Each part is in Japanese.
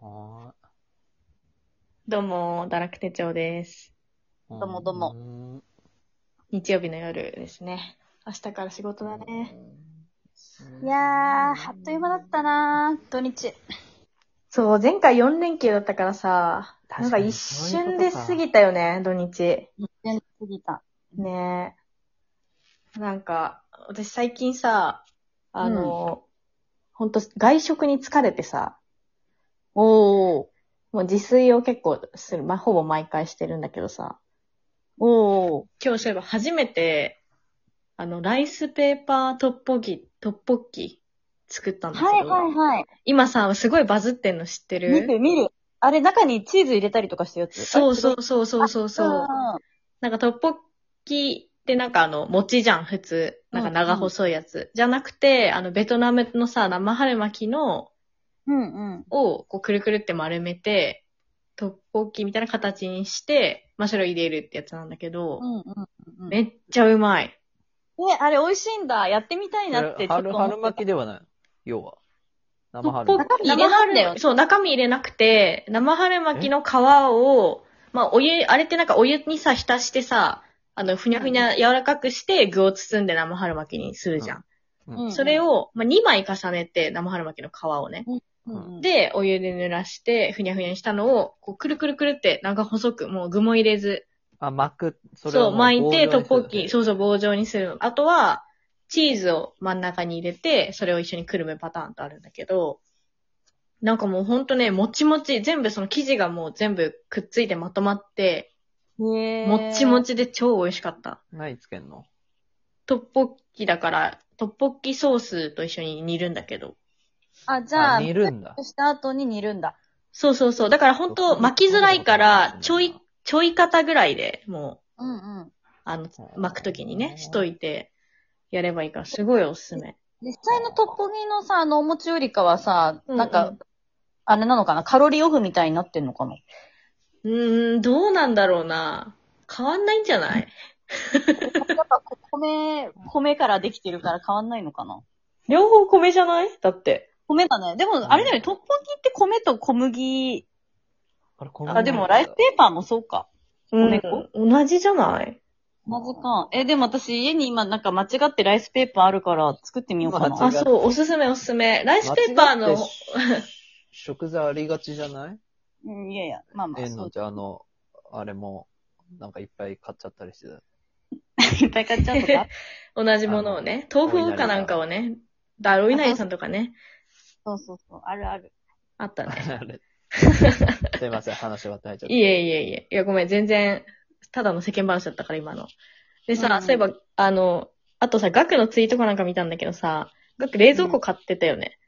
はどうも、堕落手帳です。ーい。どうもどうもも。日曜日の夜ですね。明日から仕事だね。いやー、あっという間だったなー、土日。そう、前回4連休だったからさ、な確んかかに一瞬で過ぎたよね、土日。全然過ぎた。ねえ。なんか、私最近さ、あの、ほんと外食に疲れてさ、おー、もう自炊を結構する、まあ、ほぼ毎回してるんだけどさ、おー、今日そういえば初めて、あの、ライスペーパートッポギ、トッポッキ作ったんだけど、はいはいはい。今さ、すごいバズってんの知って見るる見る。あれ、中にチーズ入れたりとかしたやつ。そううそうそうそうそうそう。なんかトッポッキってなんかあの、餅じゃん、普通。なんか長細いやつ。じゃなくて、あの、ベトナムのさ、生春巻きの、うんうん。をこうくるくるって丸めて、トッポッキみたいな形にして、マシュル入れるってやつなんだけどう、んうんうん。めえ、っちゃうまい。あれ美味しいんだ。やってみたいなってちょっ春、と春思っ巻てきではない。要は。ト生ッ春ポッ巻き。キ入れな生春だよい。ねそう、中身入れなくて、生春巻きの皮を、まあ、お湯、あれってなんかお湯にさ、浸してさ、あの、ふにゃふにゃ柔らかくして、具を包んで生春巻きにするじゃん。うんうんうんそれを、まあ、2枚重ねて、生春巻きの皮をね。うんうんで、お湯で濡らして、ふにゃふにゃにしたのを、こう、くるくるくるって、長細く、もう具も入れず、あ、巻く。そそうれをもう巻いて、トッポッ棒状にするキ、そうそう、棒状にする。あとは、チーズを真ん中に入れて、それを一緒にくるむパターンとあるんだけど、なんかもうほんとね、もちもち、全部その生地がもう全部くっついてまとまって、へーもっちも。ちで超美味しかった。何つけんのトッポッキだから、トッポッキソースと一緒に煮るんだけど、あ、じゃあ、あ、煮るんだ。した後に煮るんだ。そうそうそう。だから本当巻きづらいから、ちょい、ちょい方ぐらいでもうんうん。う、あの、巻くときにね、しといて、やればいいから、すごいおすすめ。実際のトッポギのさ、あのお餅よりかはさ、なんうかん、あれなのかなカロリーオフみたいになってんのかなうーん、どうなんだろうな。変わんないんじゃないやっぱ米、米からできてるから変わんないのかな 両方米じゃないだって。米だね。でも、あれだよね、トッポギって米と小麦。あれ、こんなあ、でもライスペーパーもそうか。うん米粉、同じじゃない同じか。え、でも私家に今なんか間違ってライスペーパーあるから作ってみようか間違あ、な。そう、おすすめおすすめ。ライスペーパーの間違っ、てし食材ありがちじゃないうん、いやいや、まあまえあ、んそのう。ちゃん、あの、あれも、なんかいっぱい買っちゃったりしてた。いっぱい買っちゃうとか。 同じものをね、豆腐かなんかをね、だ、ロイナリさんとかね、そうそうそう、あるある。あったね。あ れすいません、話が入っちゃった。いえいえいえ。いや、ごめん、全然、ただの世間話だったから、今の。でさ、うんそういえば、あの、あとさ、ガクのツイートかなんか見たんだけどさ、ガク冷蔵庫買ってたよね。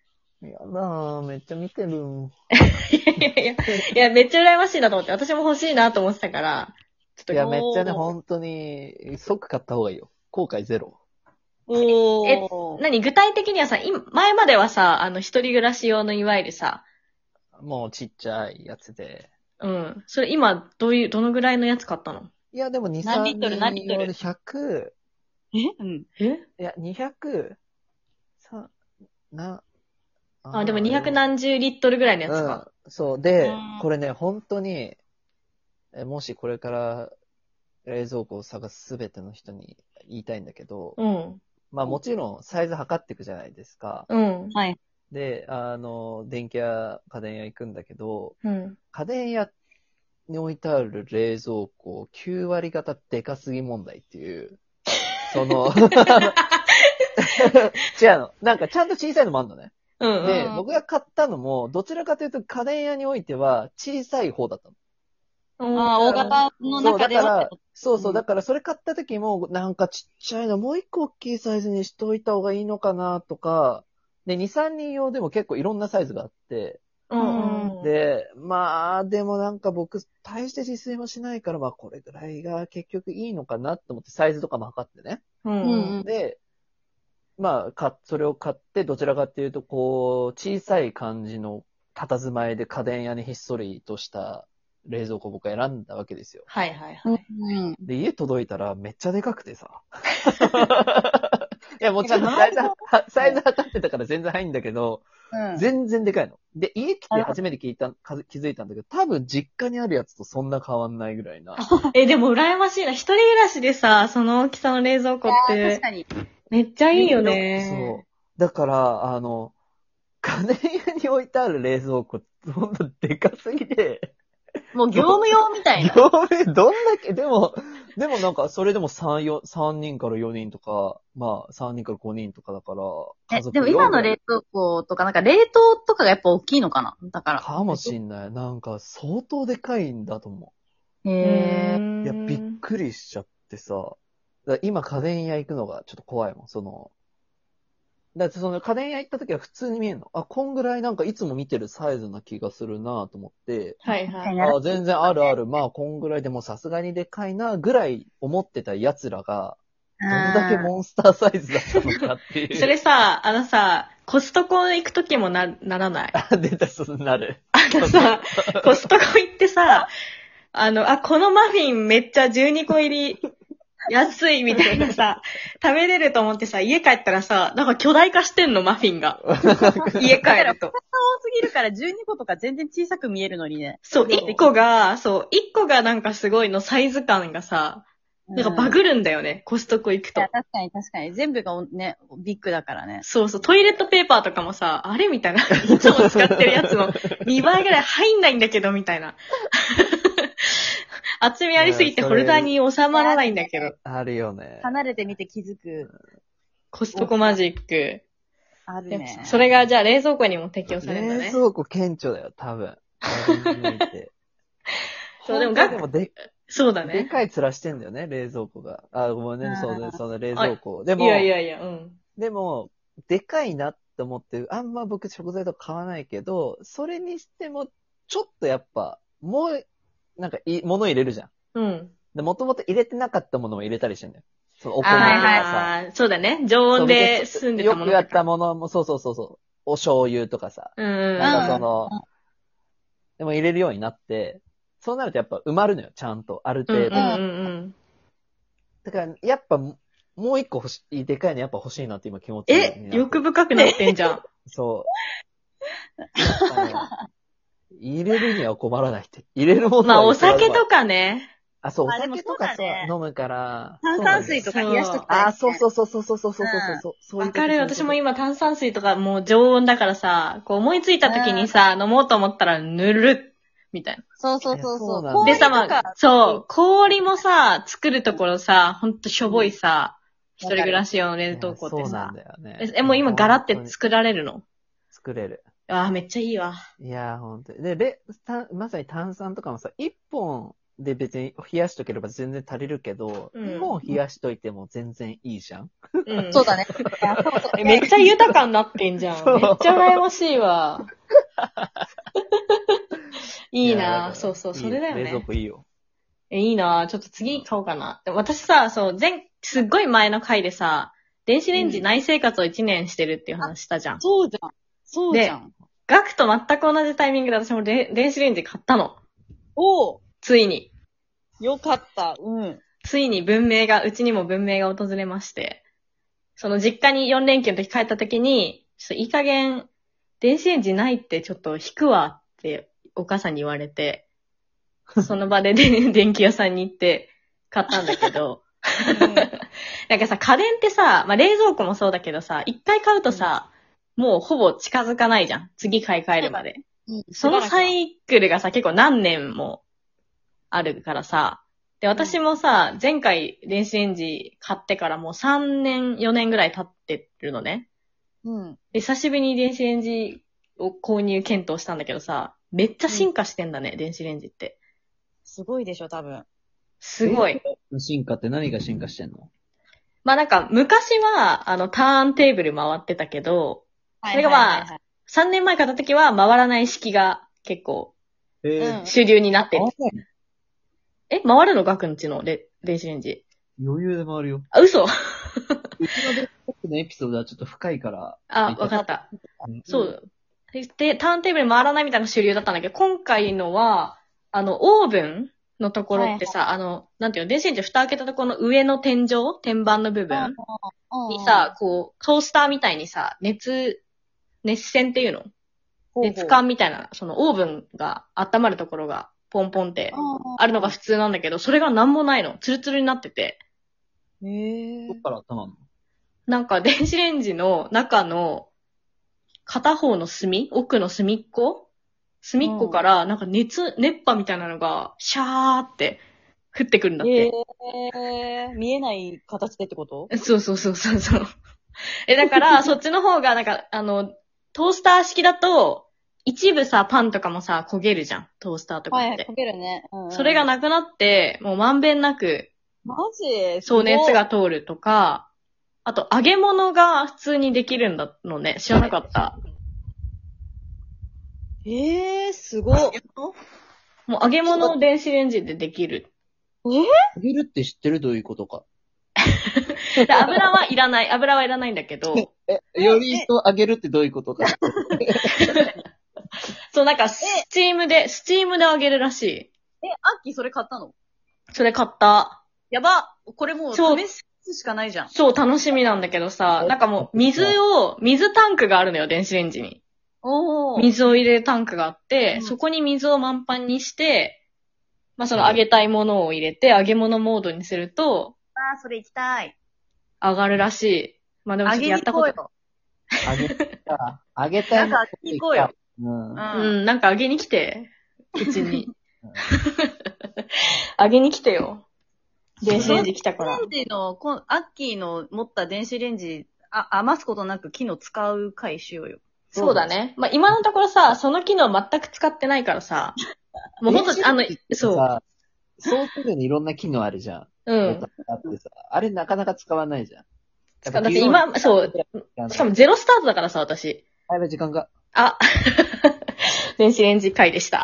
やだー、めっちゃ見てる。 いやいやいや、いや、めっちゃ羨ましいなと思って、私も欲しいなと思ってたから、ちょっといや、めっちゃね、おー本当に、即買った方がいいよ。後悔ゼロ。おー。何、具体的にはさ、今、前まではさ、あの、一人暮らし用のいわゆるさ、もうちっちゃいやつで。うん。それ今、どういう、どのぐらいのやつ買ったのいや、でも2、3何リットル何リットルで100、えうん。えいや、200、さ、な、あ、でも200何十リットルぐらいのやつか。うん、そう。でうん、これね、本当に、えもしこれから冷蔵庫を探すすべての人に言いたいんだけど、うん。まあもちろんサイズ測っていくじゃないですか。うん。はい。で、あの、電気屋、家電屋行くんだけど、うん。家電屋に置いてある冷蔵庫、9割型でかすぎ問題っていう、その、違うの。なんかちゃんと小さいのもあるのね。うん。でう、ん僕が買ったのも、どちらかというと家電屋においては小さい方だったの。うんあー大型そのう、中だでからは。、そうそう、だからそれ買った時も、なんかちっちゃいの、もう一個大きいサイズにしといた方がいいのかなとか、で、2、3人用でも結構いろんなサイズがあって、うん。うん、で、まあ、でもなんか僕、大して自炊もしないから、まあこれぐらいが結局いいのかなと思ってサイズとかも測ってね。うんううんん。で、まあ、か、それを買って、どちらかっていうと、こう、小さい感じの佇まいで家電屋にひっそりとした冷蔵庫を僕は選んだわけですよ。はいはいはい。うん。で、家届いたらめっちゃでかくて さ。いや、もちろんてかサイズ周りのは、サイズ測ってたから全然入んだけど、うん。全然でかいの。で、家来て初めて聞いた、か気づいたんだけど、多分実家にあるやつとそんな変わんないぐらいな。え、でも羨ましいな。一人暮らしでさ、その大きさの冷蔵庫っ確て、かに。めっちゃいいよそね。う。だから、あの、家電屋に置いてある冷蔵庫、ほんとでかすぎて、もう業務用みたいな。業務、どんだけ、でも、でもなんか、それでも3、4、3人から4人とか、まあ、3人から5人とかだから、え家族でも今の用冷蔵庫とか、なんか冷凍とかがやっぱ大きいのかなだかのら。かもしんない。なんか、相当でかいんだと思へう。いや、びっくりしちゃってさ、だから今家電屋行くのがちょっと怖いもん、その、だってその家電屋行った時は普通に見えるの。あ、こんぐらいなんかいつも見てるサイズな気がするなと思って、はいはい。あ全然あるある。まあ、こんぐらいでもさすがにでかいな、ぐらい思ってた奴らが、どんだけもモンスターサイズだったのかっていう。それさ、あのさ、コストコ行くときもな、ならない。あ、出た、そうなる。あの さ、コストコ行ってさ、あの、あ、このマフィンめっちゃ12個入り、安いみたいな さ、食べれると思ってさ、家帰ったらさ、なんか巨大化してんの、マフィン が。家帰ると。多すぎるから12個とか全然小さく見えるのにね。そう、1個が、そう、1個がなんかすごいのサイズ感がさ、なんかバいグるんだよね、コストコ行くとや、。確かに確かに。全部がね、ビッグだからね。そうそう、トイレットペーパーとかもさ、あれみたいな。いつも使ってるやつの2倍ぐらい入んないんだけど、みたいな。 厚みありすぎていやホそれルダーに収まらないんだけど。あるよね。離れてみて気づく。コストコマジック。あるでね。それがじゃあ冷蔵庫にも適用されるんだ冷ね。蔵庫顕著だよ、多分。 そうで本も当にでもで、そうだでね。かい面してんだよね、冷蔵庫が。あ、ごめんね、そうあね、ーそうね、冷蔵庫。でいも、やいやいや、うん。でも、でかいなって思って、あんま僕食材とか買わないけど、それにしても、ちょっとやっぱ、もう、なんかい、物入れるじゃん。うん。で、もともと入れてなかったものを入れたりしてんだよ。そのお米あとはかいさ。あー、そうだね。常そう温で住んでたものよくやったものも、そうそうそうそう。お醤油とかさ。うんなんかうそん。の、でも入れるようになって、そうなるとやっぱ埋まるのよ、ちゃんと。あるうん程うん度。うんだから、やっぱ、もう一個欲しい、でかいのやっぱ欲しいなって今気持ちになってえ、欲深くなってんじゃん。そう。やっぱね入れるには困らないって。入れるものまはあ、お酒とか。かね。あ、そう、おあでも酒とかそうだねさ飲むから。炭酸水とか冷やしときたい、あ、そうそうそうそうそうそうそうそう。そういうわことかる。私も。今炭酸水とかもう常温だからさ、こう思いついた時にさ、飲もうと思ったらぬるっ、みたいな。そうそうそうそうなそんだう。でさ、氷まとかあ、そう、氷もさ、作るところさ、ほんとしょぼいさ、一人暮らし用のそうい冷うこ凍と庫いやっそてうなさん。だよねえ。え、もう今ガラって本当に作られるの作れる。ああ、めっちゃいいわ。いやー、ほんとに。で、レ、たまさに炭酸とかもさ、一本で別に冷やしとければ全然足りるけど、うん一本冷やしといても全然いいじゃんうん。そうだね。いやそうそうえめっちゃ豊かになってんじゃん。そうめっちゃ羨まし いわ。いいやなーそうそう、それだよね。冷蔵庫いいよ。え、いいなぁ。ちょっと次買おうかな。でも私さ、そう、前、すっごい前の回でさ、電子レンジ内生活を1年してるっていう話したじゃん。そうじゃん。そうじゃん。ガクと全く同じタイミングで私もで電子レンジ買ったの。おうついに。よかった。 うん。ついに文明が、うちにも文明が訪れまして。その実家に4連休の時帰った時に、ちょっといい加減、電子レンジないってちょっと引くわってお母さんに言われて、その場で で電気屋さんに行って買ったんだけど、なんかさ、家電ってさ、まあ、冷蔵庫もそうだけどさ、一回買うとさ、もうほぼ近づかないじゃん。次買い替えるまで。そのサイイクルがさ、結構何年もあるからさ。で、私もさ、前回電子レンジ買ってからもう3年、4年ぐらい経ってるのね。うん。で、久しぶりに電子レンジを購入検討したんだけどさ、めっちゃ進化してんだね、電子レンジって。すごいでしょ、多分。すごい。進化って何が進化してんのまあなんか、昔は、あの、ターンテーブル回ってたけど、それがまああ、 3年前買った時は回らない式が結構えー主流になってる。余え、回るのガクんちのレ電子レンジ。裕で回るよ。あ、嘘うちのデックのエピソードはちょっと深いから。あ、わかった。うんそう。で、ターンテーブル回らないみたいな主流だったんだけど、今回のは、あの、オーブンのところってさ、あの、なんていうの、電子レンジ蓋開けたところの上の天井天板の部分うんにさ、こう、トースターみたいにさ、熱、熱線っていうのほうほう熱管みたいな、そのオーブンが温まるところがポンポンってあるのが普通なんだけど、それがなんもないの。ツルツルになってて。へえどっから頭なのなんか電子レンジの中の片方の隅、奥の隅っこ隅っこからなんか熱、熱波みたいなのがシャーって降ってくるんだって。えー見えない形でってことそうそうそうそうそう。え、だ から、そっちの方が、なんか、あの、トースター式だと、一部さ、パンとかもさ、焦げるじゃん。トースターとかはっい、て。かけるね。うんうんそれが、なくなって、もうまんべんなく、マジそう熱。すが通るとか、あと、揚げ物が普通にできるんだのね。知らなかった。ごいえー、すごい。もう揚げ物を電子レンジでできる。揚げるって知ってるどういうことか。で油はいらない。油はいらないんだけど、え、より一層揚げるってどういうことか。そう、なんか、スチームで、スチームで揚げるらしい。え、アッキーそれ買ったのそれ買った。やばこれもうそう試すしかないじゃん。そう、楽しみなんだけどさ、なんかもう、水を、水タンクがあるのよ、電子レンジに。おー。水を入れるタンクがあって、うんそこに水を満帆にして、まあ、その揚げたいものを入れて、揚げ物モードにすると、あー、それ行きたい。上がるらしい。まあ、でもちょあっとげにやっ行たここうと。よ。揚げた。揚げたないもんかのあげに行こうよ。うん。うう。んうんん、なんか揚げに来て。うちにうん。揚げに来てよ。電子レンジ来たから電子。レンジの、こんアッキーの持った電子レンジ、あ、余すことなく機能使う回しようよ。そうだね。まあ、今のところさ、その機能全く使ってないからさ、もうほんと、あの、そう。さ、そうするにいろんな機能あるじゃん。う。うんってさ、あれなかなか使わないじゃん。使うだって今、そう、しかもゼロスタートだからさ、私。だいぶ時間が。あ、電子レンジ回でした。